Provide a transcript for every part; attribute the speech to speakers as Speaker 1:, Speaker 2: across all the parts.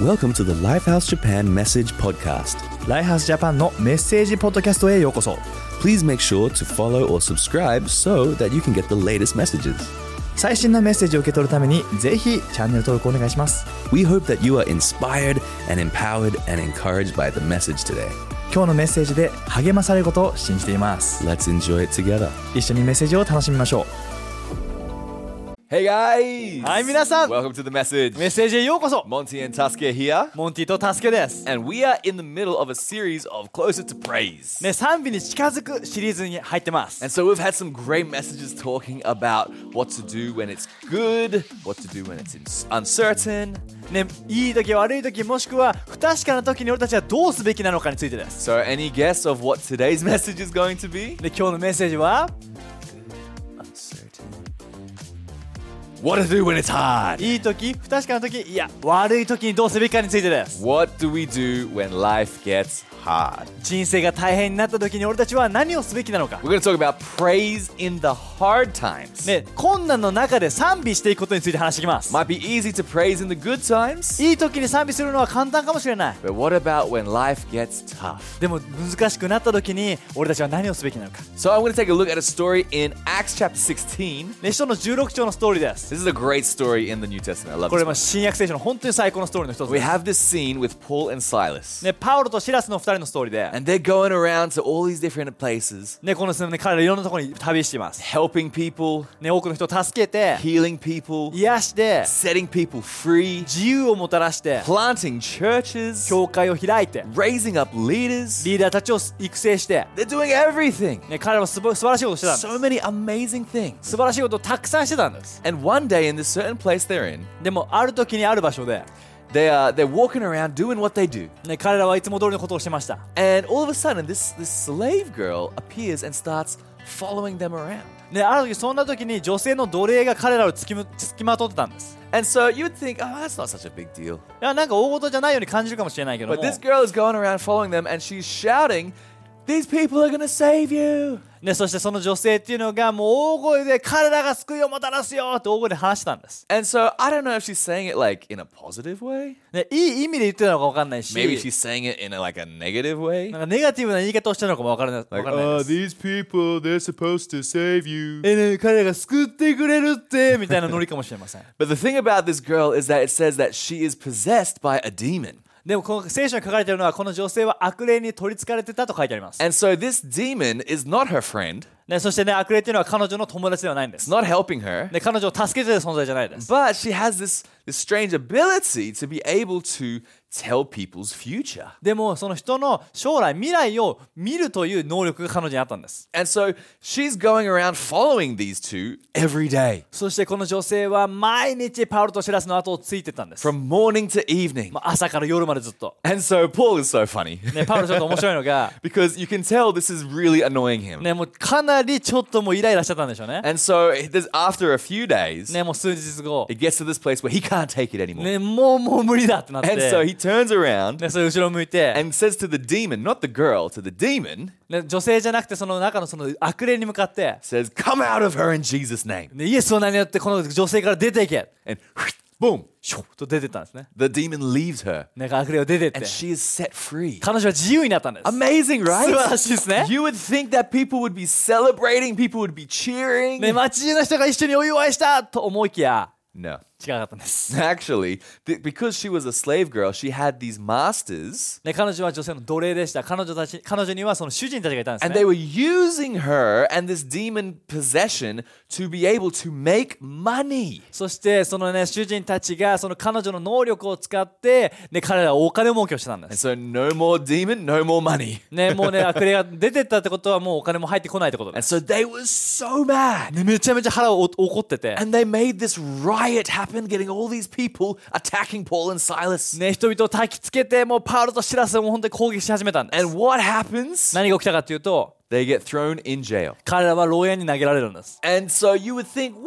Speaker 1: Welcome to the Lifehouse Japan Message Podcast.
Speaker 2: ライハースジャパンのメッセージポッドキャストへようこそ
Speaker 1: Please make sure to follow or subscribe so that you can get the latest messages.
Speaker 2: 最新のメッセージを受け取るためにぜひチャンネル登録お願いします
Speaker 1: We hope that you are inspired and empowered and encouraged by the message today.
Speaker 2: 今日のメッセージで励まされることを信じています
Speaker 1: Let's enjoy it together.
Speaker 2: 一緒にメッセージを楽しみましょ
Speaker 3: Hey guys!
Speaker 2: はい皆さん
Speaker 3: Welcome to the message.
Speaker 2: うメッセージへようこそ
Speaker 3: Monty and Tasuke here,
Speaker 2: モンティとタスケです
Speaker 3: and we are in the middle of a series of Closer to Praise.
Speaker 2: ね、賛美に近づくシリーズに入ってます
Speaker 3: And so we've had some great messages talking about what to do when it's good, what to do when it's ins- uncertain.
Speaker 2: ね、いい時悪い時もしくは不確かな時に俺たちはどうすべきなのかについてです
Speaker 3: So, any guess of what today's message is going to be?
Speaker 2: で今日のメッセージは
Speaker 3: Uncertain. What to do when it's hard?
Speaker 2: いい時不確かな時いや悪い時にどうすべきかについてです
Speaker 3: What do we do when life gets hard?
Speaker 2: 人生が大変になった時に俺たちは何をすべきなのか
Speaker 3: We're going to talk about praise in the hard times.
Speaker 2: ね、困難の中で賛美していくことについて話していきます、
Speaker 3: Might be easy to praise in the good times.
Speaker 2: いい時に賛美するのは簡単かもしれない
Speaker 3: But what about when life gets tough?
Speaker 2: でも難しくなった時に俺たちは何をすべきなのか
Speaker 3: So I'm going to take a look at a story in Acts chapter 16.
Speaker 2: ね、使徒の16章のストーリーです
Speaker 3: This is a great story in the New Testament. I love
Speaker 2: これ
Speaker 3: it.
Speaker 2: も新約聖書の本当に最高のストーリーの一つ
Speaker 3: We
Speaker 2: です
Speaker 3: have this scene with Paul and Silas.
Speaker 2: ね、パウロとシラスの2人のストーリーで、
Speaker 3: And they're going around to all these different places,
Speaker 2: ね、このですね彼らいろんなところに旅しています、
Speaker 3: helping people,
Speaker 2: ね、多くの人を助けて
Speaker 3: healing people,
Speaker 2: 癒して
Speaker 3: setting people free,
Speaker 2: 自由をもたらして
Speaker 3: planting churches,
Speaker 2: 教会を開いて
Speaker 3: raising up leaders.
Speaker 2: リーダーたちを育成して、
Speaker 3: They're doing everything.
Speaker 2: ね、彼らはすごい素晴らしいことをしてたんです
Speaker 3: So many amazing things.
Speaker 2: 素晴らしいことをたくさんしてたんです
Speaker 3: And one day in this certain place they're in,
Speaker 2: でもある時にある場所で、
Speaker 3: they are they're walking around doing what they do.
Speaker 2: ね、彼らはいつも通りのことをしてました
Speaker 3: And all of a sudden, this, this slave girl appears and starts following them around.
Speaker 2: ね、ある時そんな時に女性の奴隷が彼らをつきむつきまとってたんです
Speaker 3: And so you'd think, oh, that's not such a big deal.
Speaker 2: いやなんか大事じゃないように感じるかもしれないけど
Speaker 3: But
Speaker 2: も、
Speaker 3: this girl is going around following them and she's shouting, These people are going to save you.
Speaker 2: ね、そしてその女性っていうのがもう大声で彼らが救いをもたらすよって大声で話してたんです、
Speaker 3: And so I don't know if she's saying it like in a positive way.
Speaker 2: ね、いい意味で言ってたのか分かんないし
Speaker 3: Maybe she's saying it in a, like a negative way.
Speaker 2: なんかネガティブな言い方をしてたのかも分からない分
Speaker 3: Like,
Speaker 2: からない
Speaker 3: oh,
Speaker 2: です
Speaker 3: these people, they're supposed to save you.
Speaker 2: えね、彼らが救ってくれるってみたいなノリかもしれません
Speaker 3: But the thing about this girl is that it says that she is possessed by a demon.
Speaker 2: でもこの聖書に書かれているのはこの女性は悪霊に取りつかれてたと書いてあります、
Speaker 3: And so this demon is not her friend,
Speaker 2: ね、そしてね悪霊っていうのは彼女の友達ではないんです、
Speaker 3: it's not helping her.
Speaker 2: ね、彼女を助けてる存在じゃないです
Speaker 3: But she has this, this strange ability to be able to tell people's future.
Speaker 2: でもその人の将来未来を見るという能力が彼女にあったんです
Speaker 3: And so she's going around following these two every day,
Speaker 2: そしてこの女性は毎日パウロとシラスの後をついてたんです、
Speaker 3: from morning to evening.
Speaker 2: まあ、朝から夜までずっと、
Speaker 3: And so Paul is so funny
Speaker 2: ね、パウロちょっと面白いのが
Speaker 3: because you can tell this is really annoying him.
Speaker 2: ねもうかなりちょっともうイライラしちゃったんでしょうね
Speaker 3: And so there's, after a few days,
Speaker 2: ねもう数日後
Speaker 3: it gets to this place where he can't take it anymore.
Speaker 2: ねもうもう無理だってなって
Speaker 3: And so he turns around
Speaker 2: ね、それ後ろ向いて、
Speaker 3: and says to the demon, not the girl, to the demon,
Speaker 2: ね、女性じゃなくてその中のその悪霊に向かって、
Speaker 3: says, Come out of her in Jesus' name.
Speaker 2: ね、イエスの名によってこの女性から出ていけ
Speaker 3: And boom,
Speaker 2: シュッと出てったんですね。
Speaker 3: the demon leaves her
Speaker 2: ね、悪霊を出てって
Speaker 3: and she is set free.
Speaker 2: 彼女は自由になったんです。素
Speaker 3: Amazing,
Speaker 2: 晴ら
Speaker 3: right?
Speaker 2: しいですね。
Speaker 3: You would think that people would be celebrating, people would be
Speaker 2: ね、
Speaker 3: cheering.
Speaker 2: 街中の人が一緒にお祝いしたと思いきや、
Speaker 3: No.
Speaker 2: 違かったんです。
Speaker 3: Actually, th- because she was a slave girl, she had these masters
Speaker 2: ね、彼女は女性の奴隷でした。彼女たち彼女にはその主人たちがいたんです、
Speaker 3: and they
Speaker 2: ね。
Speaker 3: were using her and this demon possession to be able to make money.
Speaker 2: そしてそのね主人たちがその彼女の能力を使って、ね、彼らはお金儲けをしてたんで
Speaker 3: And
Speaker 2: す。
Speaker 3: so, no more demon, no more money.
Speaker 2: ね、もう ね悪霊が出てったってことはもうお金も入ってこないってことで
Speaker 3: And
Speaker 2: す。
Speaker 3: so, they were so mad.
Speaker 2: ね、めちゃめちゃ腹をお怒ってて。
Speaker 3: And they made this riot happen, getting all these people attacking Paul and Silas.
Speaker 2: ね、人々を焚きつけて、もうパウロとシラスを本当に攻撃し始めたんです
Speaker 3: And。what happens?
Speaker 2: 何が起きたかというと、
Speaker 3: They get thrown in jail.
Speaker 2: 彼らは牢屋に投げられるんです。
Speaker 3: And so you would think, what?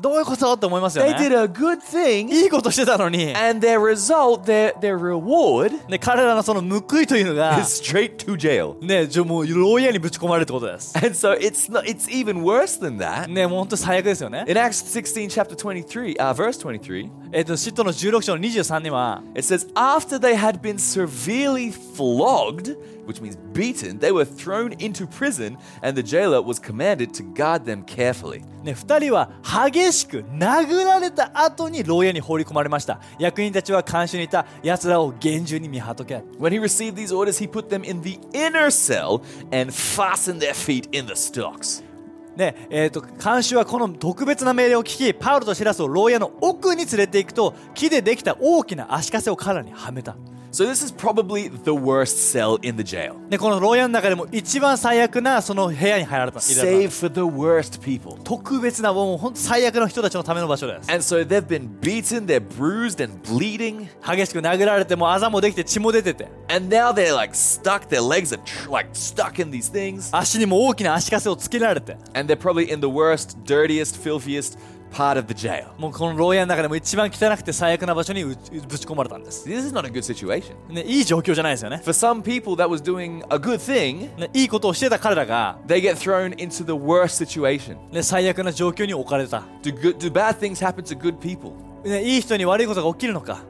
Speaker 2: どういうことって思いますよ
Speaker 3: They did
Speaker 2: ね。
Speaker 3: a good thing,
Speaker 2: いいことしてたのに、
Speaker 3: and their result, their their reward,
Speaker 2: ね、彼らのその報いというのが
Speaker 3: is、straight to jail.
Speaker 2: ね、じゃあもう牢屋にぶち込まれるってことです。
Speaker 3: And so it's not. It's even worse than that.
Speaker 2: ね、もう本当最悪ですよね。
Speaker 3: In Acts 16, chapter 23, uh, verse 23,
Speaker 2: えっと、使徒の16章の23には、
Speaker 3: It says, after they had been severely flogged, which means beaten, they were thrown into prison, and the jailer was commanded to guard them carefully.
Speaker 2: ね、2人は激しく殴られた後に牢屋に放り込まれました役人たちは監視にいた奴らを厳重に見張っとけ
Speaker 3: When he received these orders, he put them in the inner cell and fastened their feet in the stocks.
Speaker 2: ねえー、と監修はこの特別な命令を聞きパウロとシラスを牢屋の奥に連れて行くと木でできた大きな足かせを彼らにはめた、
Speaker 3: So, this is probably the worst cell in the jail,
Speaker 2: ね、この牢屋の中でも一番最悪なその部屋に入られた入れられた
Speaker 3: save for the worst people.
Speaker 2: 特別なもう本当最悪の人たちのための場所です
Speaker 3: And so they've been beaten, they're bruised and bleeding,
Speaker 2: 激しく殴られてもうあざもできて血も出てて
Speaker 3: and now they're like stuck, their legs are tr- like stuck in these things,
Speaker 2: 足にも大きな足かせをつけられて
Speaker 3: and they're probably in the worst, dirtiest, filthiest part of the jail.
Speaker 2: もうこの牢屋の中でも一番汚くて最悪な場所にうぶち込まれたんです、
Speaker 3: This is not a good situation.
Speaker 2: ね、いい状況じゃないですよね
Speaker 3: For some people that was doing a good thing,
Speaker 2: ねいいことをしてた彼らが、
Speaker 3: they get thrown into the worst situation.
Speaker 2: ね、最悪な状況に置かれた、
Speaker 3: Do good do bad things happen to good people?
Speaker 2: ね、いい人に悪いことが起きるのか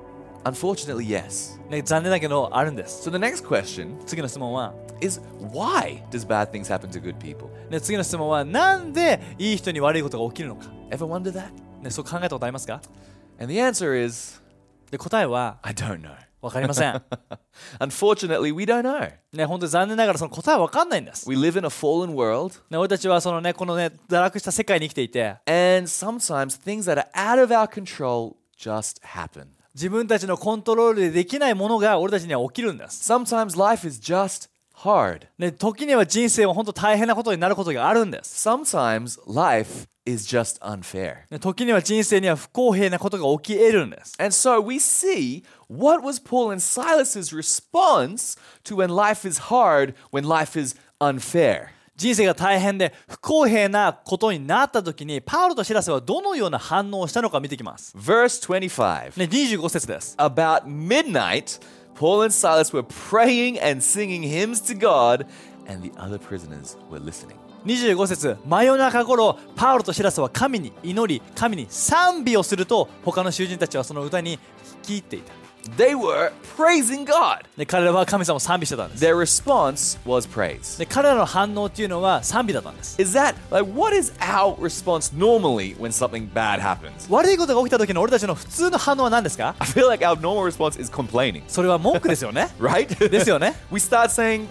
Speaker 3: Unfortunately, yes.
Speaker 2: ね、残念だけどあるんです
Speaker 3: So the next question
Speaker 2: 次の質問は、
Speaker 3: is why does bad things happen to good people?
Speaker 2: ね、次の質問はなんでいい人に悪いことが起きるのか、
Speaker 3: Ever wonder that?
Speaker 2: ね、そう考えたことありますか
Speaker 3: And the answer is
Speaker 2: で答えは
Speaker 3: I don't know.
Speaker 2: 分かりません、
Speaker 3: Unfortunately, we don't know.
Speaker 2: ね、本当に残念ながらその答えは分かんないんです、
Speaker 3: We live in a fallen world,
Speaker 2: ね、俺たちはその、ね、この、ね、堕落した世界に生きていて
Speaker 3: and sometimes things that are out of our control just happen.
Speaker 2: 自分たちのコントロールでできないものが俺たちには起きるんです、
Speaker 3: Sometimes life is just hard.
Speaker 2: ね、時には人生は本当大変なことになることがあるんです、
Speaker 3: Sometimes life is just unfair.
Speaker 2: ね、時には人生には不公平なことが起き得るんです
Speaker 3: And so we see what was Paul and Silas's response to when life is hard, when life is unfair.
Speaker 2: 人生が大変で不公平なことになった時にパウロとシラスはどのような反応をしたのか見ていきます、
Speaker 3: Verse 25.
Speaker 2: ね、25節です、
Speaker 3: About midnight, Paul and Silas were praying and singing hymns to God, and the other prisoners were listening.
Speaker 2: 25節真夜中頃パウロとシラスは神に祈り神に賛美をすると他の囚人たちはその歌に聞き入っていた
Speaker 3: They were praising God.
Speaker 2: で彼らは神様を賛美してたんです
Speaker 3: Their response was praise.
Speaker 2: で彼らの反応っていうのは賛美だったんです
Speaker 3: Is that like what is our response normally when something bad happens?
Speaker 2: 悪いことが起きた時の俺たちの普通の反応は何ですか
Speaker 3: I feel like our normal response is complaining,
Speaker 2: それは文句ですよね
Speaker 3: right?
Speaker 2: ですよね
Speaker 3: we start saying,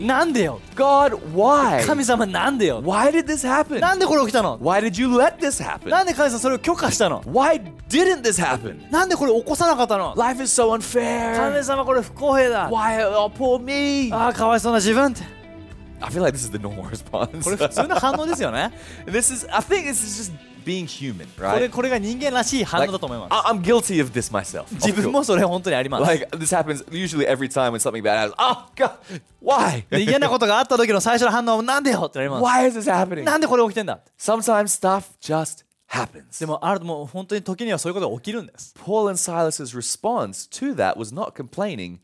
Speaker 2: なんでよ
Speaker 3: God, why?
Speaker 2: 神様なんでよ
Speaker 3: Why did this happen?
Speaker 2: なんでこれ起きたの
Speaker 3: Why did you let this happen?
Speaker 2: なんで神様それを許可したの
Speaker 3: Why didn't this happen?
Speaker 2: なんでこれ起こさなかったの
Speaker 3: Life is so unfair.
Speaker 2: 神様これ不公平だ
Speaker 3: Why? Oh, poor me.
Speaker 2: ああかわいそうな自分って
Speaker 3: I feel like this is the normal response.
Speaker 2: これ普通の反応ですよ ね
Speaker 3: this is. I think this is just being human,
Speaker 2: こ
Speaker 3: right?
Speaker 2: れこれが人間らしい反応だと思います
Speaker 3: I- I'm guilty of this myself.
Speaker 2: 自
Speaker 3: Of
Speaker 2: 分
Speaker 3: course.
Speaker 2: もそれ本当にあります、
Speaker 3: Like this happens usually every time when something bad happens. Oh God, why?
Speaker 2: で嫌なことがあった時の最初の反応はなんでよってなります
Speaker 3: why is this happening?
Speaker 2: なんでこれ起きてんだ
Speaker 3: Sometimes stuff just happens.
Speaker 2: でもあるもう本当に時にはそういうことが起きるんです
Speaker 3: Paul and Silas's response to that was not complaining,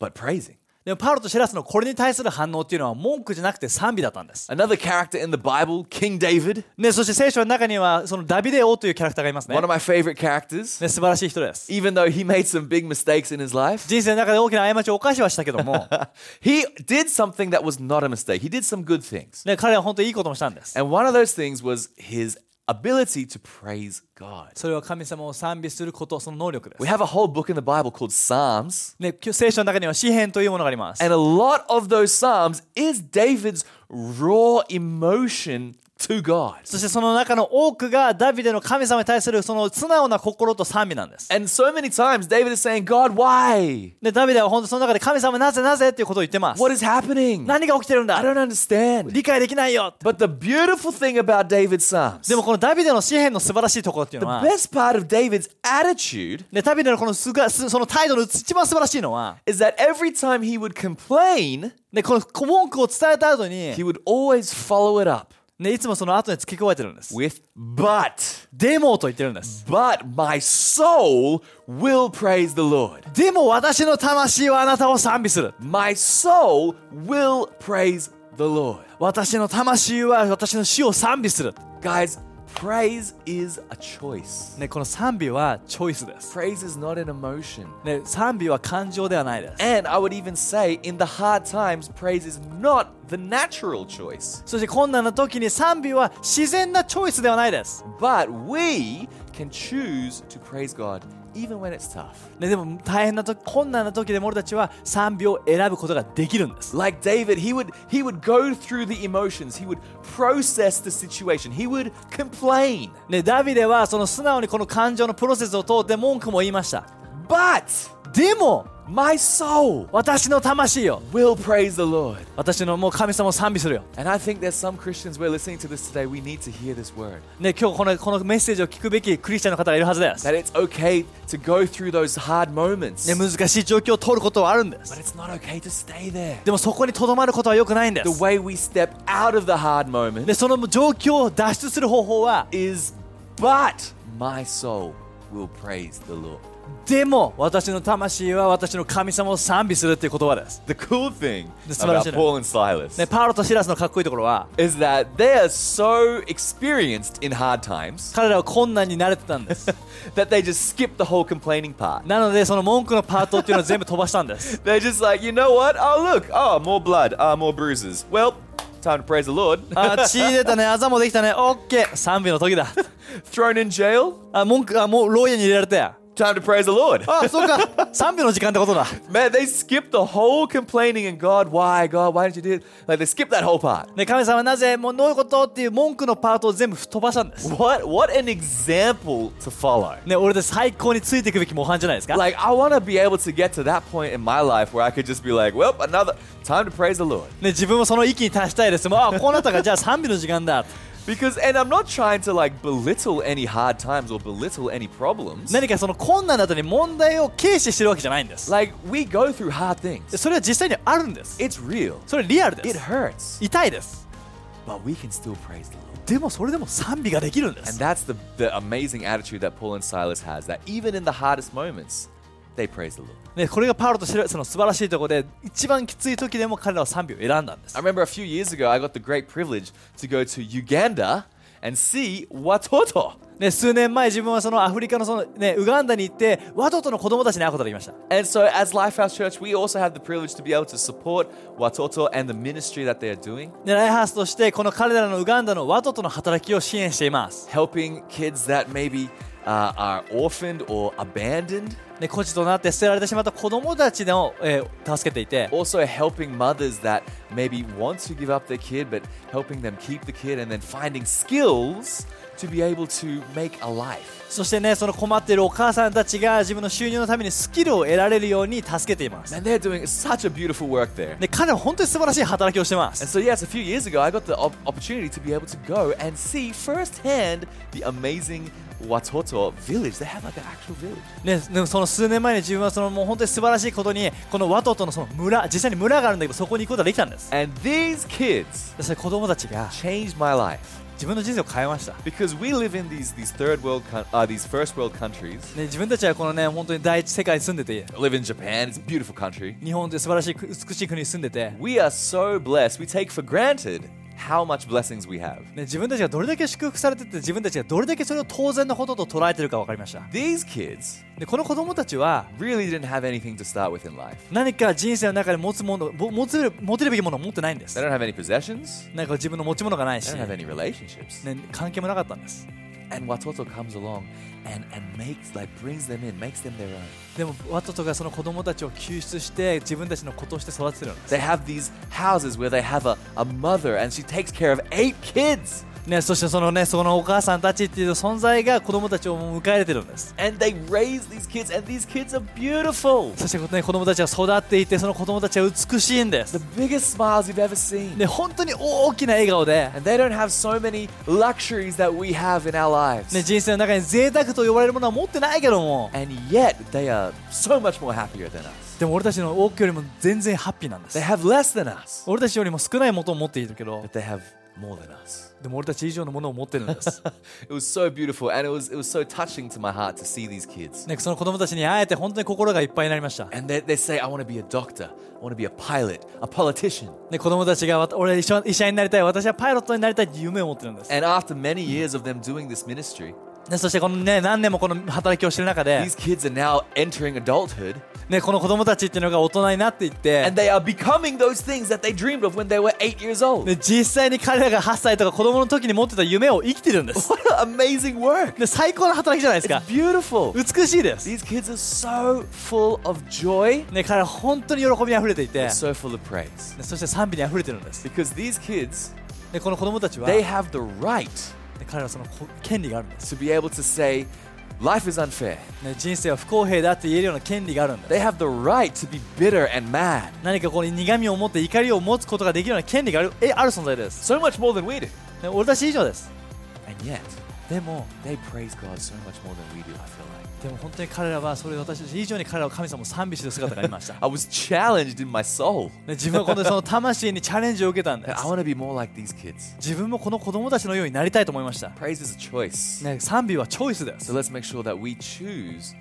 Speaker 3: but praising.
Speaker 2: でもパウロとシェラスのこれに対する反応っていうのは文句じゃなくて賛美だったんです、
Speaker 3: Another character in the Bible, King David,
Speaker 2: ね、そして聖書の中にはそのダビデ王というキャラクターがいますね
Speaker 3: one of my favorite characters.
Speaker 2: ね素晴らしい人です
Speaker 3: Even though he made some big mistakes in his life,
Speaker 2: 人生の中で大きな過ちを犯しはしたけど も、
Speaker 3: he did something that was not a mistake. He did some good things.
Speaker 2: ね、彼は本当にいいこともしたんです。
Speaker 3: And one of those things was his ability to praise God.
Speaker 2: それは神様を賛美すること、その能力で
Speaker 3: We
Speaker 2: す。
Speaker 3: have a whole book in the Bible called Psalms.
Speaker 2: ね、今日聖書の中には詩篇というものがあります。
Speaker 3: And a lot of those Psalms is David's raw emotion to God.
Speaker 2: そしてその中の多くがダビデの神様に対するその素直な心と賛美なんです。
Speaker 3: And so many times David is saying, God, why?
Speaker 2: で、ダビデは本当その中で神様なぜなぜっていうことを言ってます。
Speaker 3: What is happening? I
Speaker 2: 何が起きてるんだ
Speaker 3: don't understand.
Speaker 2: 理解できないよ
Speaker 3: But the beautiful thing about David's Psalms,
Speaker 2: で
Speaker 3: the
Speaker 2: もこのダビデの詩篇の素晴らしいところっていうのは、
Speaker 3: best part of David's attitude
Speaker 2: ね、ダビデのこのすがすその態度の一番素晴らしいのは、
Speaker 3: is that every time he would complain,
Speaker 2: ね、この文句を伝えた後に
Speaker 3: he、would always follow it up
Speaker 2: ね、いつもその後に付け加えてるんです。
Speaker 3: with, but,
Speaker 2: デモと言ってるんです。
Speaker 3: but my soul will praise the Lord.
Speaker 2: でも私の魂はあなたを賛美する。
Speaker 3: My soul will praise the Lord.
Speaker 2: 私の魂は私の死を賛美する。
Speaker 3: Guys, Praise is a choice.
Speaker 2: ね、この賛美はチョイスです。
Speaker 3: Praise is not an emotion.
Speaker 2: ね、賛美は感情ではないです。
Speaker 3: And I would even say, in the hard times, praise is not the natural choice.
Speaker 2: そして困難な時に賛美は自然なチョイスではないです。
Speaker 3: But we can choose to praise God even when it's tough.
Speaker 2: ね、でも大変な時、困難な時でも俺たちは賛美を選ぶことができるんです。
Speaker 3: Like David, he would he would go through the emotions, he would process the situation, he would complain.
Speaker 2: ね、ダビデはその素直にこの感情のプロセスを通って文句も言いました。
Speaker 3: But
Speaker 2: でも、
Speaker 3: my soul
Speaker 2: 私の魂よ。
Speaker 3: will praise the Lord.
Speaker 2: 私のもう神様を賛美するよ。
Speaker 3: And I think there's some Christians we're listening to this today, we need to hear this word.
Speaker 2: ね、今日このこのメッセージを聞くべきクリスチャンの方がいるはずです。
Speaker 3: That it's okay to go through those hard
Speaker 2: ね、
Speaker 3: moments.
Speaker 2: 難しい状況を通ることはあるんで
Speaker 3: But
Speaker 2: す。
Speaker 3: it's not okay to stay there.
Speaker 2: でもそこにとどまることは良くないんで
Speaker 3: The
Speaker 2: す。
Speaker 3: way we step out of the hard
Speaker 2: で、
Speaker 3: moment
Speaker 2: その状況を脱出する方法は、
Speaker 3: is but my soul will praise the Lord.
Speaker 2: でも私の魂は私の神様を賛美するっていう言葉です。
Speaker 3: The cool thing
Speaker 2: That's what I
Speaker 3: about
Speaker 2: said.
Speaker 3: Paul and Silas
Speaker 2: ね、パウロとシラスのかっこいいところは、
Speaker 3: is that they are so experienced in hard times
Speaker 2: 彼らは困難に慣れてたん です。
Speaker 3: that they just skip the whole complaining part.
Speaker 2: なので、その文句のパートっていうのを全部飛ばしたんです。
Speaker 3: They're just like, you know what? Oh, look. Oh, more blood. Ah, more bruises. Well, time to praise the Lord. Uh,
Speaker 2: あー、血出たね、あざもできたね、オッケー、賛美の時だ。
Speaker 3: Thrown in jail.
Speaker 2: あ、文句、あ、もう牢屋に入れられて。あ
Speaker 3: Time to praise the Lord. Oh,
Speaker 2: ー、そうか、 賛美の時間ってことだ。
Speaker 3: Man, they skip the whole complaining and God, why, God, why didn't you do it? Like, they skip that whole part.
Speaker 2: ね、神様なぜ、もうどういうことっていう文句のパートを全部吹っ飛ばしたんです。
Speaker 3: What what an example to follow.
Speaker 2: ね、俺で最高についていくべき模範じゃないですか。
Speaker 3: Like I want to be able to get to that point in my life where I could just be like, well, another time to praise the Lord.
Speaker 2: ね、自分もその域に達したいです。もう、あ、こうなったから、じゃあ賛美の時間だ。
Speaker 3: Because and I'm not trying to like belittle any hard times or belittle any problems.
Speaker 2: 何かその困難だったり問題を軽視してるわけじゃないんです。
Speaker 3: Like we go through hard things.
Speaker 2: それは実際にあるんです。
Speaker 3: It's real.
Speaker 2: それリアルで
Speaker 3: It
Speaker 2: す。
Speaker 3: hurts.
Speaker 2: 痛いです。
Speaker 3: But we can still praise the Lord.
Speaker 2: でもそれでも賛美ができるんで
Speaker 3: And
Speaker 2: す。
Speaker 3: that's the, the amazing attitude that Paul and Silas has that even in the hardest moments, they praise the Lord.
Speaker 2: ね、これがパウロとシラスの素晴らしいところで、一番きつい時でも彼らは賛美を選んだんです
Speaker 3: I。remember a few years ago I got the great privilege to go to Uganda and see Watoto.
Speaker 2: ね、数年前自分はそのアフリカのその、ね、ウガンダに行って、ワトとの子供たちに会うことができました。
Speaker 3: And so, as Lifehouse Church, we also have the privilege to be able to support Watoto and the ministry that they are doing,
Speaker 2: で、ライハースとして、この彼らのウガンダのワトとの働きを支援しています。
Speaker 3: helping kids that maybe uh, are orphaned or abandoned,
Speaker 2: ね、孤児となって捨てられてしまった子供たちを、えー助けていて、
Speaker 3: also helping mothers that maybe want to give up their kid, but helping them keep the kid, and then finding skills to be able to make a life.
Speaker 2: そしてね、その困っているお母さんたちが自分の収入のためにスキルを得られるように助けています。
Speaker 3: And they're doing such a beautiful work there.
Speaker 2: で、彼らは本当に素晴らしい働きをしてま
Speaker 3: And
Speaker 2: す。
Speaker 3: so, yes, a few years ago, I got the op- opportunity to be able to go and see firsthand the amazing Watoto village. They have like an actual village.
Speaker 2: ね、でもその数年前に自分はそのもう本当に素晴らしいことに、このワトとのその村、実際に村があるんだけど、そこに行くことができたんです。
Speaker 3: And these kids
Speaker 2: でそれ子供たちが
Speaker 3: changed my life
Speaker 2: 自分の人生を変えました。
Speaker 3: because we live in these these third world coun- uh, these first world countries.
Speaker 2: ね、自分たちはこのね、本当に第一世界に住んでて、
Speaker 3: I live in Japan; it's a beautiful country.
Speaker 2: 日本という素晴らしい美しい国に住んでて、ね、
Speaker 3: We are so blessed. We take for granted how much blessings we have.
Speaker 2: 自分たちがどれだけ祝福されてて、自分たちがどれだけそれを当然のことと捉えてるか分かりました。
Speaker 3: These kids
Speaker 2: で、この子供たちは、
Speaker 3: really didn't have anything to start with in life.
Speaker 2: 何か人生の中で持つものぼ持つ持てるべきものを持ってないんです
Speaker 3: They don't have any possessions.
Speaker 2: なんか自分の持ち物がないし、
Speaker 3: They don't have
Speaker 2: ね、
Speaker 3: any relationships.
Speaker 2: 関係もなかったんです
Speaker 3: And Watoto comes along and and makes like brings them in, makes them their own.
Speaker 2: でもワトトがその子供たちを救出して自分たちの子として育ててるんです、
Speaker 3: They have these houses where they have a, a mother and she takes care of eight kids.
Speaker 2: ね、そしてそのねそのお母さんたちっていう存在が子供たちを迎え入れてるんです
Speaker 3: and they raise these kids, and these kids are beautiful.
Speaker 2: そして、ね、子供たちは育っていてその子供たちは美しいんです
Speaker 3: The biggest smiles you've ever seen.
Speaker 2: で本当に大きな笑顔で、
Speaker 3: And they don't have so many luxuries that we have in our
Speaker 2: ね、
Speaker 3: lives.
Speaker 2: 人生の中に贅沢と呼ばれるものは持ってないけども
Speaker 3: And yet, they are so much more happier than us.
Speaker 2: でも俺たちの多くよりも全然ハッピーなんです
Speaker 3: They have less than us,
Speaker 2: 俺たちよりも少ないものを持っているけど
Speaker 3: but they have more than us.
Speaker 2: でも俺たち以上のものを持ってるんです。
Speaker 3: It was so beautiful and it was it was so touching to my heart to see these kids.
Speaker 2: ね、その子供たちに会えて本当に心がいっぱいになりました。
Speaker 3: And they, they say, I want to be a doctor, I want to be a pilot, a politician.
Speaker 2: で子供たちがわた俺医者医者になりたい、私はパイロットになりたいって夢を持ってるんです。
Speaker 3: And after many years of them doing this ministry,
Speaker 2: でそしてこのね何年もこの働きをしてる中で
Speaker 3: these、kids are now entering adulthood
Speaker 2: ね、この子供たちっていうのが大人になっていって、
Speaker 3: and they are becoming those things that they dreamed of when they were eight years old.
Speaker 2: で実際に彼らが8歳とか子供の時に持ってた夢を生きてるんです。
Speaker 3: What an amazing work!
Speaker 2: で最高の働きじゃないですか
Speaker 3: It's。beautiful.
Speaker 2: 美しいです。
Speaker 3: These kids are so full of joy,
Speaker 2: ね、彼ら本当に喜びに溢れていて、
Speaker 3: so full of praise.
Speaker 2: でそして賛美に溢れてるんです。
Speaker 3: Because these kids,
Speaker 2: でこの子供たちは、
Speaker 3: they
Speaker 2: で
Speaker 3: have the right
Speaker 2: 彼らはそのこ権利があるんです。
Speaker 3: to be able to say, life is unfair.
Speaker 2: ね、人生は不公平だって言えるような権利があるんだ
Speaker 3: They have the right to be bitter and mad,
Speaker 2: 何かこの苦みを持って怒りを持つことができるような権利があるえある存在です、
Speaker 3: so much more than we do.
Speaker 2: ね、俺たち以上です
Speaker 3: And yet,
Speaker 2: でも
Speaker 3: they praise God so much more than we do, I feel like.
Speaker 2: でも本当に彼らはそれ私たち以上に彼らを神様を賛美してる姿があり ました、ね
Speaker 3: I was challenged in my soul.
Speaker 2: 自分はこのその魂にチャレンジを受けたんで
Speaker 3: And
Speaker 2: す
Speaker 3: I want to be more like these kids.
Speaker 2: 自分もこの子供たちのようになりたいと思いました、
Speaker 3: Praise is a choice.
Speaker 2: ね、賛美はチョイスで
Speaker 3: So
Speaker 2: す
Speaker 3: let's make sure that we choose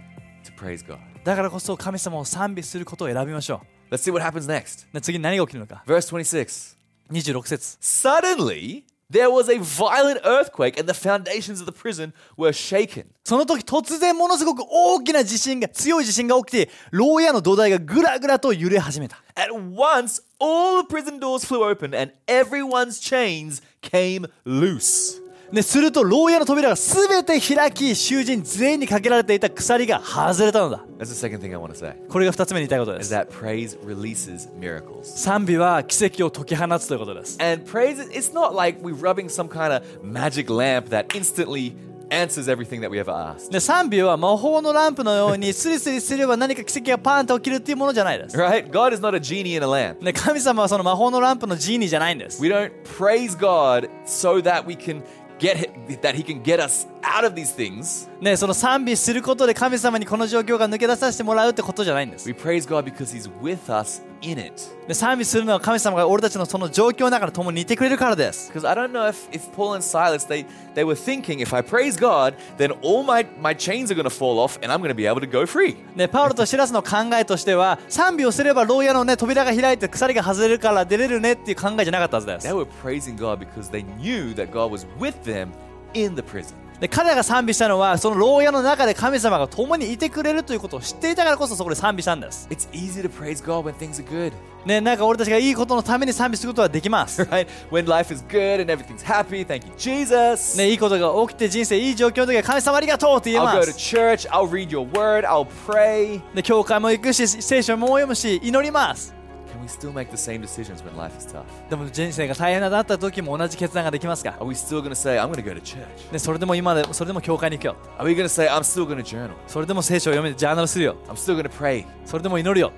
Speaker 3: to praise God.
Speaker 2: だからこそ神様を賛美することを選びましょ
Speaker 3: Let's see what happens next.
Speaker 2: う、ね、次に何が起きるのか
Speaker 3: Verse 26.
Speaker 2: 26節
Speaker 3: Suddenly, there was a violent earthquake and the foundations of the prison were shaken.
Speaker 2: その時突然ものすごく大きな地震が強い地震が起きて牢屋の土台がぐらぐらと揺れ始めた
Speaker 3: At once, all the prison doors flew open and everyone's chains came loose.
Speaker 2: ですると牢屋の扉が全て開き囚人全員にかけられていた鎖が外れたのだ
Speaker 3: That's the second thing I want to say.
Speaker 2: これが2つ目に言いたいことで
Speaker 3: Is
Speaker 2: す
Speaker 3: that praise releases miracles.
Speaker 2: 賛美は奇跡を解き放つということです
Speaker 3: And praise, it's not like we're rubbing some kind of magic lamp that instantly answers everything that we ever asked.
Speaker 2: で賛美は魔法のランプのようにスリスリすれば何か奇跡がパーンと起きるっていうものじゃないです
Speaker 3: Right? God is not a genie in a lamp.
Speaker 2: で神様はその魔法のランプのジーニーじゃないんです
Speaker 3: We don't praise God so that we can get hi- that he can get us out of these things.
Speaker 2: ねその賛美することで神様にこの状況が抜け出させてもらうってことじゃないんです
Speaker 3: We praise God because he's with us in it.
Speaker 2: で賛美するのは神様が俺たちのその状況の中で共にいてくれるからです
Speaker 3: Because I don't know if, if Paul and Silas they, they were thinking if I praise God, then all my, my chains are gonna fall off and I'm gonna be able to go free.
Speaker 2: ね、パウロとシラスの考えとしては賛美をすれば牢屋の、ね、扉が開いて鎖が外れるから出れるねっていう考えじゃなかったはずで
Speaker 3: They
Speaker 2: す
Speaker 3: were praising God because they knew that God was with them in the prison.
Speaker 2: で彼らが賛美したのはその牢屋の中で神様が共にいてくれるということを知っていたからこそそこで賛美したんです、
Speaker 3: It's easy to praise God when things are good,
Speaker 2: ね、なんか俺たちがいいことのために賛美することはできます、
Speaker 3: right? When life is good and everything's happy, thank you, Jesus.
Speaker 2: ね、いいことが起きて人生いい状況の時は神様ありがとうって言え
Speaker 3: I'll
Speaker 2: ま
Speaker 3: go to
Speaker 2: す
Speaker 3: church, I'll read your word, I'll pray.
Speaker 2: で教会も行くし聖書も読むし祈ります
Speaker 3: Can we still make the same decisions when life is tough?
Speaker 2: でも人生が大変だった時も同じ決断ができますか
Speaker 3: Are we still going to say, I'm going to go to church?
Speaker 2: でそれでも今でそれでも教会に行くよ
Speaker 3: Are we going to say, I'm still going to journal?
Speaker 2: それでも聖書を読めてジャーナルするよ
Speaker 3: I'm still going to pray?
Speaker 2: それでも祈るよ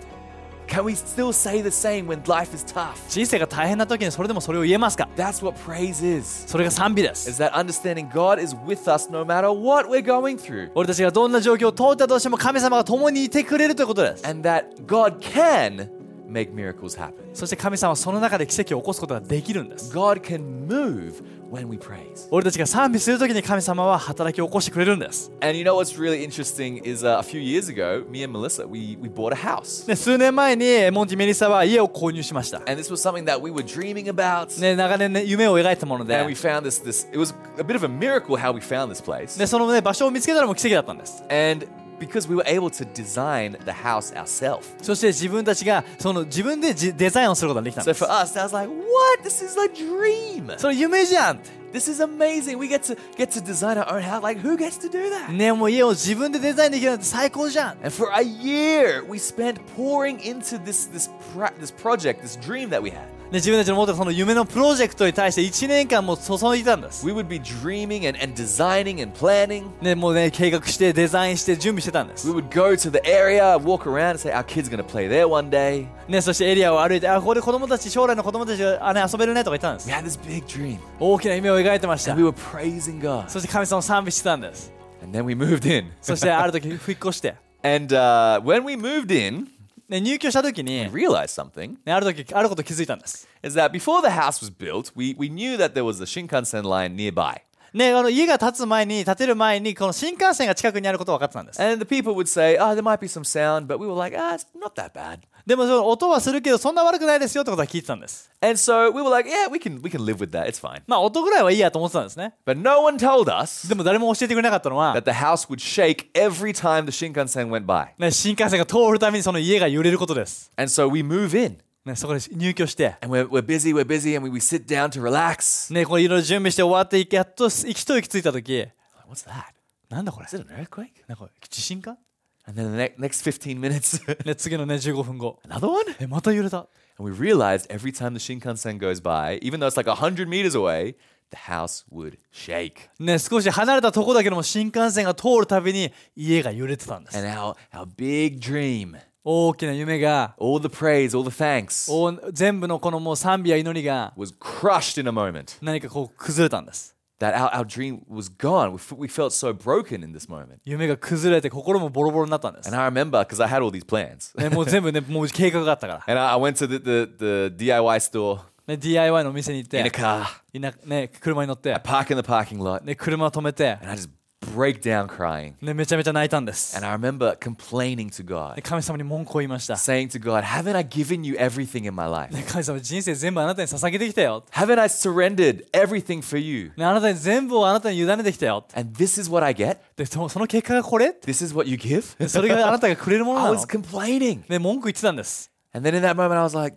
Speaker 3: Can we still say the same when life is tough?
Speaker 2: 人生が大変な時にそれでもそれを言えますか
Speaker 3: That's what praise is.
Speaker 2: それが賛美で
Speaker 3: Is
Speaker 2: す
Speaker 3: that understanding God is with us no matter what we're going through.
Speaker 2: 俺たちがどんな状況を通ったとしても神様が共にいてくれるということです
Speaker 3: And that God can make miracles happen.
Speaker 2: そして神様はその中で奇跡を起こすことができるんです
Speaker 3: God can move when we praise.
Speaker 2: 俺たちが賛美する時に神様は働きを起こしてくれるんです、
Speaker 3: And you know what's really interesting is uh, a few years ago, me and Melissa, we, we bought a house.
Speaker 2: ね、数年前にモンティ・メリサは家を購入しました、
Speaker 3: And this was something that we were dreaming about.
Speaker 2: ね、長年、ね、夢を描いてたもの
Speaker 3: And
Speaker 2: で
Speaker 3: we found this this it was a bit of a miracle how we found this place.
Speaker 2: でその、ね、場所を見つけたのも奇跡だったんです
Speaker 3: And because we were able to design the house ourselves.
Speaker 2: そして自分たちがその自分でじデザインをすることができたん
Speaker 3: So
Speaker 2: です
Speaker 3: for us, that was like, what? This is a dream.
Speaker 2: それ夢じゃんって
Speaker 3: This is amazing. We get to get to design our own house. Like who gets to do that?
Speaker 2: ねもう家を自分でデザインできるなんて最高じゃん
Speaker 3: And for a year, we spent pouring into this this pra- this project, this dream that we had.
Speaker 2: で自分たちの持ってたその夢のプロジェクトに対して1年間もう注いでたんです、
Speaker 3: We would be dreaming and, and designing and planning.
Speaker 2: ね、もうね計画してデザインして準備してたんで
Speaker 3: We
Speaker 2: す、
Speaker 3: would go to the area, walk around, and say, our kid's gonna play there one day.
Speaker 2: ね、そしてエリアを歩いてあここで子供たち将来の子供たちがあ、ね、遊べるねとか言ってたんで
Speaker 3: We
Speaker 2: す
Speaker 3: had this big dream.
Speaker 2: 大きな夢を描いてまし
Speaker 3: And
Speaker 2: た
Speaker 3: we were praising God.
Speaker 2: そして神様を賛美してたんです
Speaker 3: And then we moved in.
Speaker 2: そしてある時引っ越して
Speaker 3: And uh, when we moved in,
Speaker 2: で入居した時に、ね
Speaker 3: Realized something
Speaker 2: ある時あること気づいたんです。
Speaker 3: is that before the house was built, we, we knew that there was the Shinkansen line nearby.
Speaker 2: ね、あの家が建つ前に建てる前にこの新幹線が近くにあることは分かってたんです。
Speaker 3: And the people would say, oh, there might be some sound, but we were like, ah, it's not that bad.
Speaker 2: でもその音はするけどそんな悪くないですよってことは聞いてたんです。
Speaker 3: And so we were like, yeah, we can, we can live with that. It's fine.
Speaker 2: まあ音ぐらいはいいやと思ってたんですね。
Speaker 3: But no one told us
Speaker 2: でも誰も教えてくれなかったのは
Speaker 3: that、the house would shake every time the Shinkansen went by.
Speaker 2: ね、新幹線が通るたびにその家が揺れることです。
Speaker 3: And so we move in
Speaker 2: ね、そこで入居して、
Speaker 3: and we're, we're busy, we're busy, and we, we sit down to relax.
Speaker 2: ね、こういろいろ準備して終わってやっと一息ついた時
Speaker 3: What's that?
Speaker 2: なんだこれ
Speaker 3: Is it an earthquake?
Speaker 2: なんか地震か
Speaker 3: And then the ne- next 15 minutes,
Speaker 2: ね、次のね15分後。
Speaker 3: another one?
Speaker 2: え、また揺れた。
Speaker 3: And we realized every time the Shinkansen goes by, even though it's like 100 meters away, the house would shake.
Speaker 2: ね、少し離れたとこだけども新幹線が通るたびに家が揺れてたんです。
Speaker 3: And our, our big dream,
Speaker 2: 大きな夢が
Speaker 3: all the praise, all the thanks,
Speaker 2: お全部のこのもう賛美や祈りが
Speaker 3: was crushed in a moment.
Speaker 2: 何かこう崩れたんです。
Speaker 3: That our, our dream was gone. We, f- we felt so broken in this moment.
Speaker 2: 夢が崩れて心もボロボロになったんです。
Speaker 3: And I remember because I had all these plans.
Speaker 2: ね、もう全部ね、もう計画があったから。
Speaker 3: And I, I went to the, the, the DIY store
Speaker 2: ね、DIY のお店に行っ
Speaker 3: in a
Speaker 2: て、
Speaker 3: car,
Speaker 2: いなね、車に乗って、
Speaker 3: park in the parking lot,
Speaker 2: ね、車を止めて、
Speaker 3: and I just break down crying.
Speaker 2: ね、めちゃめちゃ泣いたんです。
Speaker 3: And
Speaker 2: ね
Speaker 3: I remember complaining to God,
Speaker 2: 神様に文句を言いました。
Speaker 3: saying to God, Haven't I given you everything in my life?
Speaker 2: ね神様、人生全部あなたに捧げてきたよ。
Speaker 3: Haven't I surrendered everything for you?
Speaker 2: ね、あなたに全部をあなたに委ねてきたよ。
Speaker 3: And this is what I get?
Speaker 2: で、そその結果がこれって
Speaker 3: This is what you give?
Speaker 2: それがあなたがくれるものな
Speaker 3: I
Speaker 2: の
Speaker 3: was complaining.
Speaker 2: ね、文句言ってたんです。
Speaker 3: And then in that moment, I was like,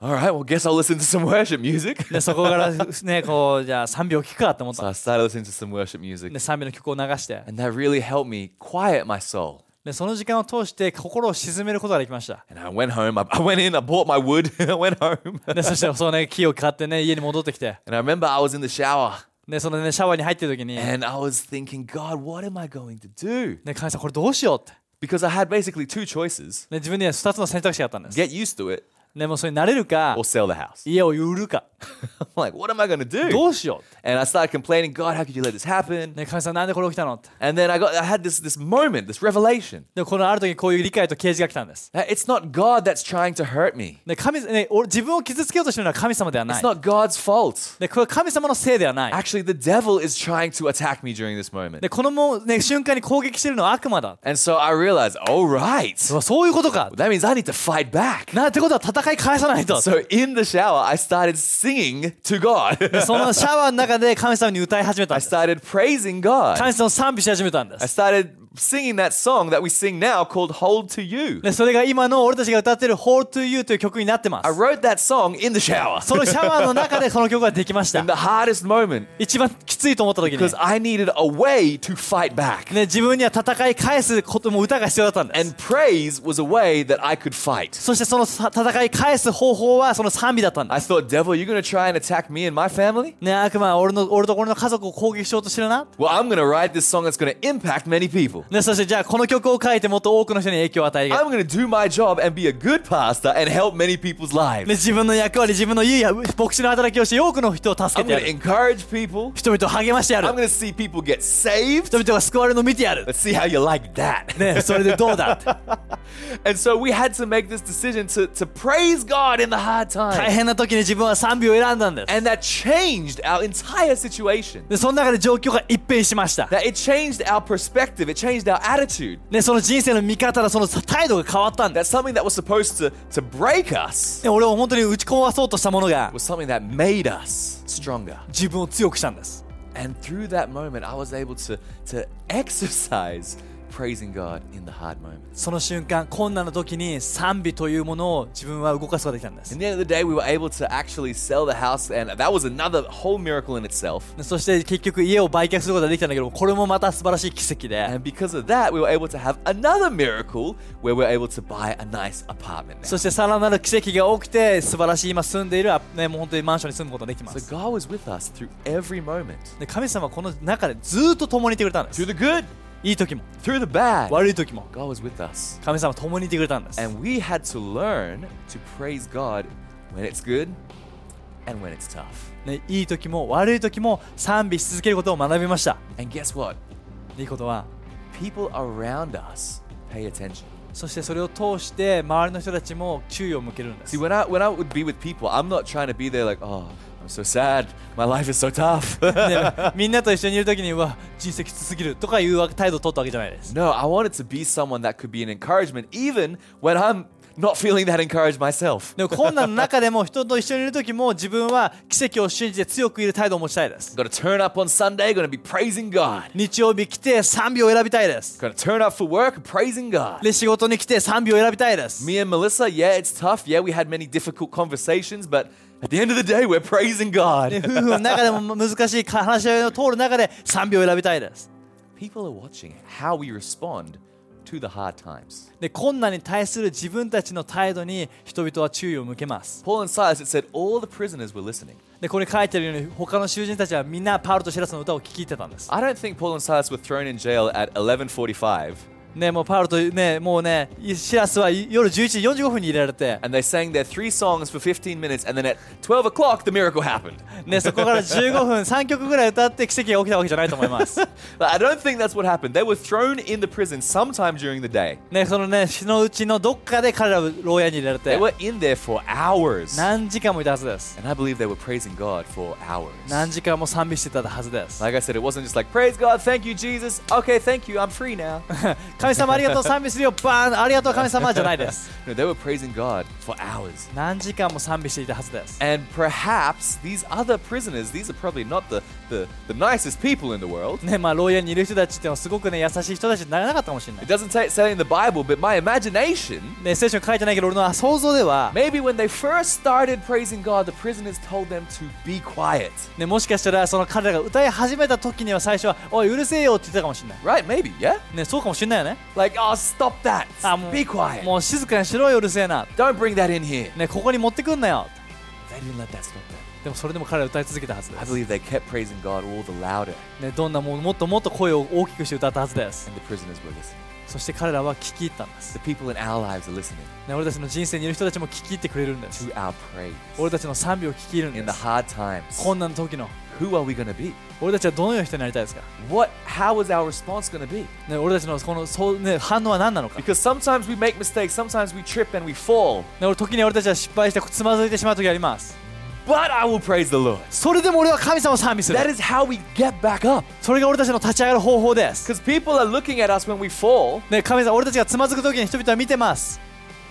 Speaker 3: all right, well, guess I'll listen to some worship music.
Speaker 2: で、そこから ね、こう、じゃあ賛美を聞くかって思ったん
Speaker 3: So
Speaker 2: で
Speaker 3: I started listening to some worship music.
Speaker 2: で、賛美の曲を流して、
Speaker 3: And that really helped me quiet my soul.
Speaker 2: で、その時間を通して心を鎮めることができました。
Speaker 3: And I went home. I, I went in, I bought my wood, I went home.
Speaker 2: で、そして、 そうね、木を買ってね、家に戻ってきて、
Speaker 3: And I remember I was in the shower
Speaker 2: で、そのね、シャワーに入ってる時に、
Speaker 3: and I was thinking, God, what am I going to do?
Speaker 2: ね、神様これどうしようって。
Speaker 3: Because I had basically two choices
Speaker 2: ね、自分には2つの選択肢があったんです。
Speaker 3: get used to it
Speaker 2: ね、もうそれに慣れるか
Speaker 3: or、sell the house.
Speaker 2: 家を売るか、
Speaker 3: I'm like, what am I going to do?
Speaker 2: どうしようって。
Speaker 3: And I started complaining, God, how could you let this happen?
Speaker 2: ね、神様なんでこれ起きたのって。
Speaker 3: And then I got I had this this moment, this revelation.
Speaker 2: で、このある時こういう理解と啓示が来たんです。
Speaker 3: that It's not God that's trying to hurt me.
Speaker 2: ね、神ね俺自分を傷つけようとしてるのは神様ではない
Speaker 3: It's。not God's fault.
Speaker 2: ね、これは神様のせいではない。
Speaker 3: Actually, the devil is trying to attack me during this moment.
Speaker 2: で、このもう、ね、瞬間に攻撃してるのは悪魔だ。
Speaker 3: And so I realized, all right,
Speaker 2: うわそういうことか。
Speaker 3: that means I need to fight back.
Speaker 2: なってことは戦い返さ ないと。そ
Speaker 3: So in the shower, I started singing to God.
Speaker 2: のシャワーの中で神様に歌い始めたん
Speaker 3: I
Speaker 2: です。
Speaker 3: started praising God.
Speaker 2: 神様を賛美し始めたんで
Speaker 3: I
Speaker 2: す。
Speaker 3: started singing that song that we sing now called Hold to You.
Speaker 2: で、それが今の俺たちが歌ってる Hold to You という曲になってま
Speaker 3: I
Speaker 2: す。
Speaker 3: wrote that song in the shower
Speaker 2: そのシャワーの中でその曲ができまし
Speaker 3: in
Speaker 2: た。
Speaker 3: the hardest moment
Speaker 2: 一番きついと思った時に、ね、
Speaker 3: because I needed a way to fight back.
Speaker 2: 自分には戦い返すことも歌が必要だったんです。
Speaker 3: And praise was a way that I could fight.
Speaker 2: そしてそのさ戦い返す方法はその賛美だったんで
Speaker 3: I
Speaker 2: す。
Speaker 3: thought, devil, you're going to try and attack me and my family?
Speaker 2: ね、悪魔は俺の俺と俺の家族を攻撃しようとしてるな。
Speaker 3: Well, I'm going to write this song that's going to impact many people.
Speaker 2: ね、そしてじゃあこの曲を書いてもっと多くの人に影響を与える。ね、
Speaker 3: I'm going to do my job and be a good pastor and help many people's lives.
Speaker 2: 自分の役割、自分のいい牧師の働きをして多くの人を助け
Speaker 3: I'm
Speaker 2: てや
Speaker 3: going to
Speaker 2: る。
Speaker 3: encourage people.
Speaker 2: 人々を励ましてやる
Speaker 3: I'm。going to see people get saved.
Speaker 2: 人々が救われるのを見てやる。
Speaker 3: Let's see how you like that.
Speaker 2: ね、それでどうだって。
Speaker 3: And so we had to make this decision to, to praise God in the hard
Speaker 2: 大
Speaker 3: time.
Speaker 2: 変な時に自分は賛美を選んだんです。
Speaker 3: And that changed our entire situation.
Speaker 2: で、その中で状況が一変しました。
Speaker 3: That it changed our perspective, it changed our attitude.
Speaker 2: ね、その人生の見方だ、その態度が変わったんです。
Speaker 3: That something that was supposed to, to break us
Speaker 2: で俺を本当に打ち壊そうとしたものが
Speaker 3: was something that made us stronger.
Speaker 2: 自分を強くしたんです。
Speaker 3: And through that moment, I was able to, to exercise praising God in the hard moments.
Speaker 2: その瞬間、困難の時に賛美というものを自分は動かすことができたんです。
Speaker 3: In the end of the day, we were able to actually sell the house, and that was another whole miracle in itself.
Speaker 2: そして結局家を売却することができたんだけどこれもまた素晴らしい奇跡で
Speaker 3: And because of that, we were able to have another miracle where we are able to buy a nice apartment. Now.
Speaker 2: そしてさらなる奇跡が起きて素晴らしい今住んでいるあねもう本当にマンションに住むことができま
Speaker 3: So
Speaker 2: す
Speaker 3: God was with us through every moment
Speaker 2: で神様はこの中でずっと共にいてくれたんです
Speaker 3: through the good,
Speaker 2: いい時も
Speaker 3: through the bad.
Speaker 2: 悪い時も
Speaker 3: God was with us.
Speaker 2: 神様は共にいてくれたんです
Speaker 3: And we had to learn to praise God when it's good and when it's tough.
Speaker 2: ねいい時も悪い時も賛美し続けることを学びました
Speaker 3: And guess what?
Speaker 2: いいことは
Speaker 3: People around us pay attention.
Speaker 2: そしてそれを通して周りの人たちも注意を向けるんです
Speaker 3: See, when I when I would be with people, I'm not trying to be there like, oh, I'm so sad. My life is so tough.
Speaker 2: でみんなと一緒にいる時にうわ人生きつすぎるとかいうわ態度を取ったわけじゃないです
Speaker 3: no, I wanted to be someone that could be an encouragement, even when I'm not feeling that encouraged myself.
Speaker 2: でも困難の中でも人と一緒にいる時も自分は奇跡を信じて強くいる態度を持ちたいです
Speaker 3: Got to turn up on Sunday. Going to be praising God.
Speaker 2: 日曜日来て賛美を選びたいです
Speaker 3: Got to turn up for work, praising God.
Speaker 2: で仕事に来て賛美を選びたいです
Speaker 3: Me and Melissa, yeah, it's tough. Yeah, we had many difficult conversations, but at the end of the day, we're praising
Speaker 2: で
Speaker 3: God.
Speaker 2: 夫婦の中でも難しい話し合いを通る中で賛美を選びたいです
Speaker 3: People are watching how we respond to the hard times.
Speaker 2: で困難に対する自分たちの態度に人々は注意を向けます
Speaker 3: Paul and Silas, it said all the prisoners were listening.
Speaker 2: でここに書いてあるように他の囚人たちはみんなパウロとシラスの歌を聴き入ってたんです
Speaker 3: I don't think Paul and Silas were thrown in jail at 1145.
Speaker 2: ねもうパウロとねもうねシラスは夜11時45分に入れられて
Speaker 3: and they sang their three songs for 15 minutes, and then at 12 o'clock, the miracle happened.
Speaker 2: ねそこから15分3曲ぐらい歌って奇跡が起きたわけじゃないと思います
Speaker 3: But I don't think that's what happened. They were thrown in the prison sometime during the day.
Speaker 2: ねそのねそのうちのどっかで彼らは牢屋に入れられ
Speaker 3: They
Speaker 2: て
Speaker 3: were in there for hours.
Speaker 2: 何時間もいたはずです
Speaker 3: And I believe they were praising God for hours.
Speaker 2: 何時間も賛美してたはずです
Speaker 3: Like I said, it wasn't just like, praise God, thank you, Jesus. Okay, thank you, I'm free now.
Speaker 2: 神様ありがとう賛美するよバーンありがとう神様じゃないです
Speaker 3: no, they were praising God for hours.
Speaker 2: 何時間も賛美していたはずです
Speaker 3: And perhaps these other prisoners, these are probably not the, the, the nicest people in the world.
Speaker 2: ねまあ牢屋にいる人たちってのはすごくね優しい人たちになれなかったかもしれない
Speaker 3: It doesn't say, say in the Bible, but my imagination
Speaker 2: ね聖書に書いてないけど俺の想像では
Speaker 3: Maybe when they first started praising God, the prisoners told them to be quiet.
Speaker 2: ね、もしかしたらその彼らが歌い始めた時には最初は「おいうるせえよ」って言ってたかもしれない、
Speaker 3: Right? Maybe, yeah?
Speaker 2: ね、そうかもしれないよね
Speaker 3: Like, oh, stop that.
Speaker 2: もう
Speaker 3: Be quiet.
Speaker 2: もう静かにしろようるせえな、
Speaker 3: Don't bring that in here.
Speaker 2: ね、ここに持ってくんなよ
Speaker 3: They didn't let that stop them.
Speaker 2: でもそれでも彼らは歌い続けたはずで
Speaker 3: I
Speaker 2: す、
Speaker 3: believe they kept praising God all the louder,
Speaker 2: ね、どんなもんもっともっと声を大きくして歌ったはずです
Speaker 3: and the prisoners were listening.
Speaker 2: そして彼らは聞き入ったんです、
Speaker 3: The people in our lives are listening
Speaker 2: ね、俺たちの人生にいる人たちも聞き入ってくれるんです
Speaker 3: to our praise.
Speaker 2: 俺たちの賛美を聞き入るん
Speaker 3: In
Speaker 2: で
Speaker 3: the
Speaker 2: す
Speaker 3: hard times,
Speaker 2: 困難の時の
Speaker 3: who are we going to be?
Speaker 2: 俺たちはどのような人になりたいですか、
Speaker 3: What? How is our response going to be?
Speaker 2: ね、俺たちのこのそう、ね、反応は何なのか、ね、
Speaker 3: Because sometimes we make mistakes, sometimes we trip and we fall,
Speaker 2: 俺時に俺たちは失敗してつまずいてしまう時あります
Speaker 3: but I will praise the Lord.
Speaker 2: それでも俺は神様を賛美する
Speaker 3: That is how we get back up.
Speaker 2: それが俺たちの立ち上がる方法です。
Speaker 3: Because people are looking at us when we fall,
Speaker 2: ね、神様、俺たちがつまずく時に人々は見てます。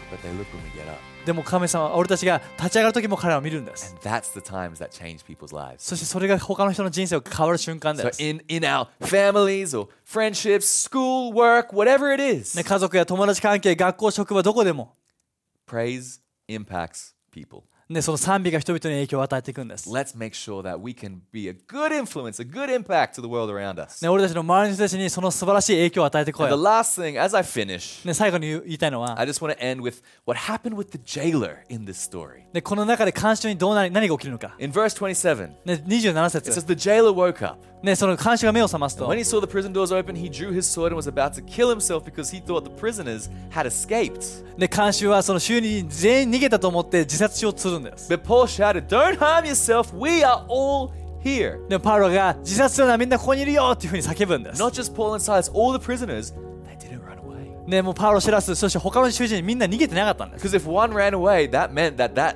Speaker 3: but they look when we get up.
Speaker 2: でも神様、俺たちが立ち上がる時も彼らを見るんです。
Speaker 3: And that's the times that change people's lives.
Speaker 2: そしてそれが他の人の人生を変わる瞬間
Speaker 3: So
Speaker 2: です。
Speaker 3: in in our families or friendships, school, work, whatever it is,
Speaker 2: ね、家族や友達関係、学校、職場、どこでも、
Speaker 3: praise impacts people.
Speaker 2: ね、その賛美が人々に影響を与えていくんです。
Speaker 3: Let's make sure that we can be a good influence, a good impact to the world around us.
Speaker 2: ね、俺たちの周りの人たちにその素晴らしい影響を与えてこ
Speaker 3: And the
Speaker 2: よ
Speaker 3: last thing, as I finish,
Speaker 2: う。ね、最後に言う言いたいのは
Speaker 3: I、just want to end with what happened with the jailer in this story.
Speaker 2: ね、この中で監修にどうなり何が起きるのか。
Speaker 3: In verse 27,
Speaker 2: ね、27
Speaker 3: it
Speaker 2: 節
Speaker 3: says the jailer woke up.
Speaker 2: ね、その監修が目を覚ますと
Speaker 3: When、he saw the prison doors open, he drew his sword and was about to kill himself because he thought the prisoners had escaped.
Speaker 2: ね、監修はその囚人全員逃げたと思って自殺しようとするんです。
Speaker 3: But Paul shouted, Don't harm yourself, we are all here.
Speaker 2: でもパウロが自殺するのはみんなここにいるよっていうふうに叫ぶんです。
Speaker 3: Not just Paul and Silas, all the prisoners, they didn't run away.
Speaker 2: ね、もうパウロ、シラス、そして他の囚人みんな逃げてなかったんです。
Speaker 3: Because if one ran away, that meant that that,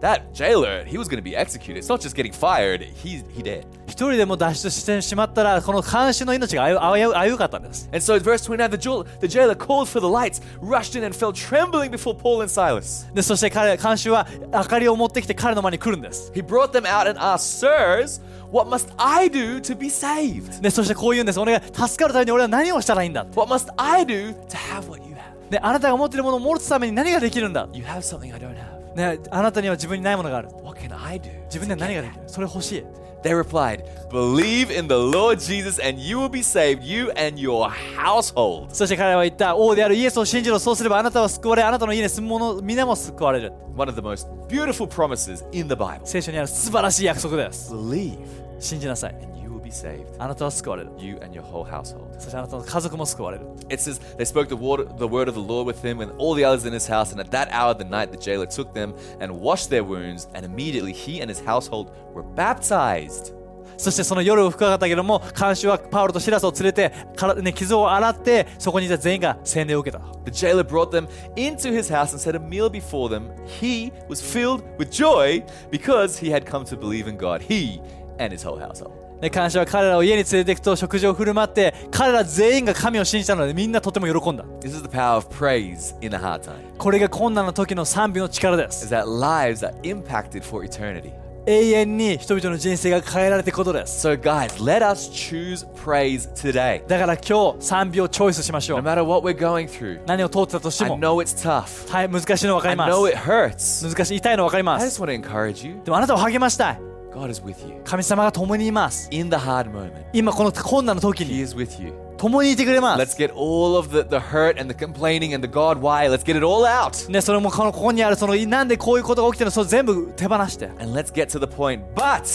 Speaker 3: that jailer, he was going to be executed. It's not just getting fired, he's he dead.
Speaker 2: 一人でも脱出してしまったら、この監視の命が危う危う危うかったんです。
Speaker 3: And so in verse 29, the, jail, the jailer called for the lights, rushed in, and fell trembling before Paul and Silas.
Speaker 2: で、そして彼、監視は明かりを持ってきて彼の前に来るんです。
Speaker 3: He brought them out and asked, Sirs, what must I do to be saved?
Speaker 2: で、そしてこう言うんです。俺が助かるために俺は何をしたらいいんだ
Speaker 3: What must I do to have what you have?
Speaker 2: で、あなたが持っているものを持つために何ができるんだ
Speaker 3: You have something I don't have.
Speaker 2: ね、あなたには自分にないものがある。
Speaker 3: What can I do?
Speaker 2: 自分には何ができるそれ欲しい。
Speaker 3: They replied, Believe in the Lord Jesus and you will be saved, you and your household.
Speaker 2: そして彼は言った、王であるイエスを信じろ。そうすればあなたは救われ、あなたの家に住む者、皆も救われる。
Speaker 3: One of the most beautiful promises in the Bible.
Speaker 2: 聖書にある素晴らしい約束です。
Speaker 3: Believe
Speaker 2: 信じなさい。
Speaker 3: and you will be saved,
Speaker 2: あなたは救われる。
Speaker 3: you and your whole household.
Speaker 2: そしてあなたの家族も救われる。
Speaker 3: It says, They spoke the word, the word of the Lord with him and all the others in his house, and at that hour of the night the jailer took them and washed their wounds, and immediately he and his household were baptized.
Speaker 2: そしてその夜深かったけども監修はパウロとシラスを連れてから、ね、傷を洗ってそこにいた全員が洗礼を受けた
Speaker 3: The jailer brought them into his house and set a meal before them. He was filled with joy because he had come to believe in God, he and his whole household.
Speaker 2: で監視は彼らを家に連れて行くと食事を振る舞って彼ら全員が神を信じたのでみんなとても喜んだ
Speaker 3: This is the power of praise in a hard time,
Speaker 2: これが困難な時の賛美の力です
Speaker 3: is that lives are impacted for eternity.
Speaker 2: 永遠に人々の人生が変えられていくことです
Speaker 3: So, guys, let us choose praise today.
Speaker 2: だから今日賛美をチョイスしましょ
Speaker 3: No
Speaker 2: う
Speaker 3: matter what we're going through,
Speaker 2: 何を通ってたとして
Speaker 3: I
Speaker 2: も
Speaker 3: know it's tough,
Speaker 2: はい難しいの分か
Speaker 3: I
Speaker 2: りま
Speaker 3: know it
Speaker 2: す
Speaker 3: hurts.
Speaker 2: 難しい痛いの分かり
Speaker 3: I
Speaker 2: ます
Speaker 3: just want to encourage you
Speaker 2: でもあなたを励ましたい
Speaker 3: God is with you.
Speaker 2: 神様が共にいます
Speaker 3: In the hard moment,
Speaker 2: 今この困難の時
Speaker 3: He
Speaker 2: に
Speaker 3: is with you.
Speaker 2: 共にいてくれま
Speaker 3: Let's
Speaker 2: す
Speaker 3: get all of the, the hurt and the complaining and the God why. Let's get it all out.
Speaker 2: ね、それもこのここにあるそのなんでこういうことが起きてるのそれ全部手放して
Speaker 3: And let's get to the point. But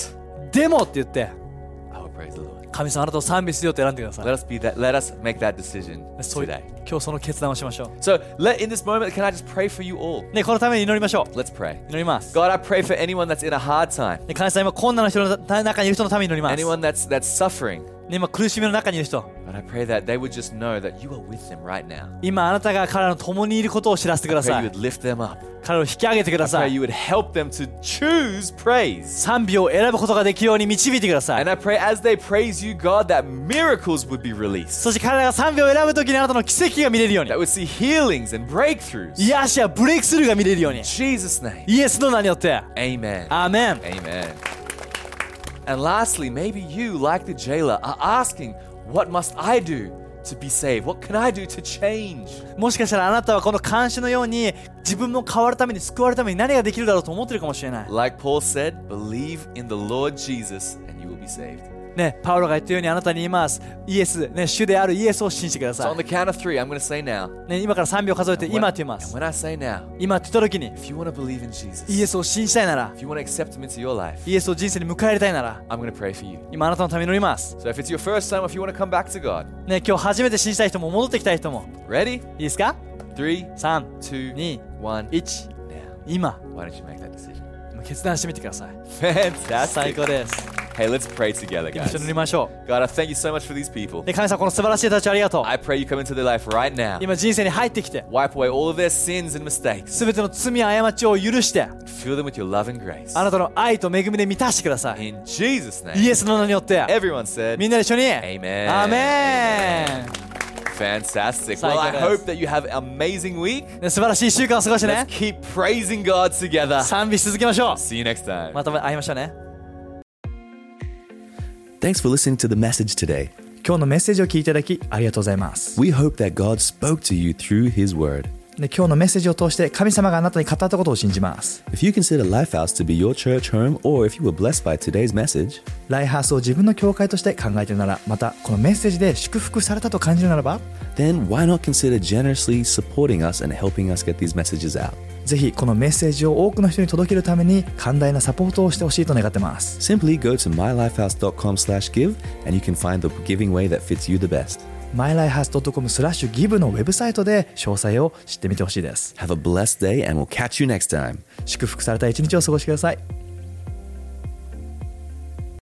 Speaker 2: でもって言って
Speaker 3: I will praise the Lord.
Speaker 2: 神様あなたを賛美するよって選んでください
Speaker 3: Let us be that let us make that decision
Speaker 2: そうい
Speaker 3: today.
Speaker 2: 今日その決断をしましょ
Speaker 3: So let in this moment, can I just pray for you all?
Speaker 2: う。ね、このために祈りましょう。
Speaker 3: Let's pray.
Speaker 2: 祈ります。
Speaker 3: God, I pray for anyone that's in a hard time.
Speaker 2: ね、神様、今困難な人のた中にいる人のために祈ります。ね、
Speaker 3: Anyone that's that's suffering.
Speaker 2: 今苦しみの中にいる人、
Speaker 3: But I pray that they would just know that you are with them right now.
Speaker 2: 今あなたが彼らの共にいることを知らせてく
Speaker 3: I
Speaker 2: ださ
Speaker 3: pray you
Speaker 2: い
Speaker 3: would。lift them up.
Speaker 2: 彼らを引き上げてくだ
Speaker 3: I
Speaker 2: さ
Speaker 3: pray
Speaker 2: い。
Speaker 3: you would help them to choose praise.
Speaker 2: 賛美を選ぶことができるように導いてください
Speaker 3: And。I pray as they praise you, God, that miracles would be released.
Speaker 2: そして彼らが賛美を選ぶときにあなたの奇跡が見れるように
Speaker 3: That。would see healings and breakthroughs.
Speaker 2: 癒しやブレイクスルーが見れるように
Speaker 3: In。Jesus' name.
Speaker 2: イエスの名によって。
Speaker 3: Amen.
Speaker 2: アーメン。
Speaker 3: Amen. And lastly, maybe you, like the jailer, are asking, What must I do to be saved? What can I do to change?
Speaker 2: もしかしたらあなたはこの監視のように自分も変わるために救われるために何ができるだろうと思ってるかもしれない。
Speaker 3: Like Paul said, believe in the Lord Jesus and you will be saved.
Speaker 2: ね、パウロが言ったようにあなたに言います。イエス、ね、主であるイエスを信じてくだ
Speaker 3: So
Speaker 2: さ
Speaker 3: on the
Speaker 2: い。
Speaker 3: count of three, I'm going to say now.
Speaker 2: ね、今から3秒数えて
Speaker 3: And
Speaker 2: 今
Speaker 3: when,
Speaker 2: って言いま
Speaker 3: and
Speaker 2: す。
Speaker 3: when I say now,
Speaker 2: 今って言った時に
Speaker 3: if you want to believe in Jesus,
Speaker 2: イエスを信じたいなら
Speaker 3: if you want to accept him into your life,
Speaker 2: イエスを人生に迎え入れたいなら
Speaker 3: I'm going to pray for you.
Speaker 2: 今あなたのために乗ります。
Speaker 3: So if it's your first time, if you want to come back to God,
Speaker 2: ね、今日初めて信じたい人も戻ってきたい人も
Speaker 3: ready?
Speaker 2: いいですか
Speaker 3: Three,
Speaker 2: 3、
Speaker 3: two,
Speaker 2: Ni.
Speaker 3: one.
Speaker 2: Ichi.
Speaker 3: Now,
Speaker 2: 今
Speaker 3: why don't you make that decision?
Speaker 2: 決断してみてください。最
Speaker 3: Fantastic.
Speaker 2: 高です。
Speaker 3: Hey, let's pray together,
Speaker 2: 一緒
Speaker 3: guys.
Speaker 2: に乗りましょ
Speaker 3: God, I thank you so much for these
Speaker 2: う。
Speaker 3: people.
Speaker 2: ね、神様この素晴らしい人たちをありがとう。
Speaker 3: I pray you come into their life right now.
Speaker 2: 今人生に入ってきて
Speaker 3: Wipe away all of their sins and mistakes.
Speaker 2: 全ての罪や過ちを許して
Speaker 3: Fill them with your love and grace.
Speaker 2: あなたの愛と恵みで満たしてください。
Speaker 3: In Jesus'
Speaker 2: イ
Speaker 3: name.
Speaker 2: エスの名によって。
Speaker 3: Everyone said,
Speaker 2: みんなで一緒に。
Speaker 3: Amen.
Speaker 2: アーメ
Speaker 3: Fantastic. Well, I
Speaker 2: Psychodesk.
Speaker 3: hope that you have an amazing week.
Speaker 2: ン。ね素晴らしい一週間を過ごしてね
Speaker 3: Let's。keep praising God together.
Speaker 2: 賛美し続けましょ
Speaker 3: See you next
Speaker 2: う
Speaker 3: time.
Speaker 2: また会いましょうね
Speaker 1: Thanks for listening to the message today.
Speaker 2: 今日のメッセージを聞いていただきありがとうございます
Speaker 1: We hope that God spoke to you through His Word.
Speaker 2: で今日のメッセージを通して神様があなたに語ったことを信じます
Speaker 1: If you consider Lifehouse to be your church home, or if you were blessed by today's message,
Speaker 2: ライハースを自分の教会として考えているならまたこのメッセージで祝福されたと感じるならば
Speaker 1: then why not consider generously supporting us and helping us get these messages out?
Speaker 2: ぜひこのメッセージを多くの人に届けるために寛大なサポートをしてほしいと願ってます
Speaker 1: Simply go to mylifehouse.com/give and you can find the giving way that fits you the best.
Speaker 2: mylifehas.com スラッシュギブのウェブサイトで詳細を知ってみてほしいです
Speaker 1: Have a blessed day and we'll catch you next time.
Speaker 2: 祝福された一日を過ごしてください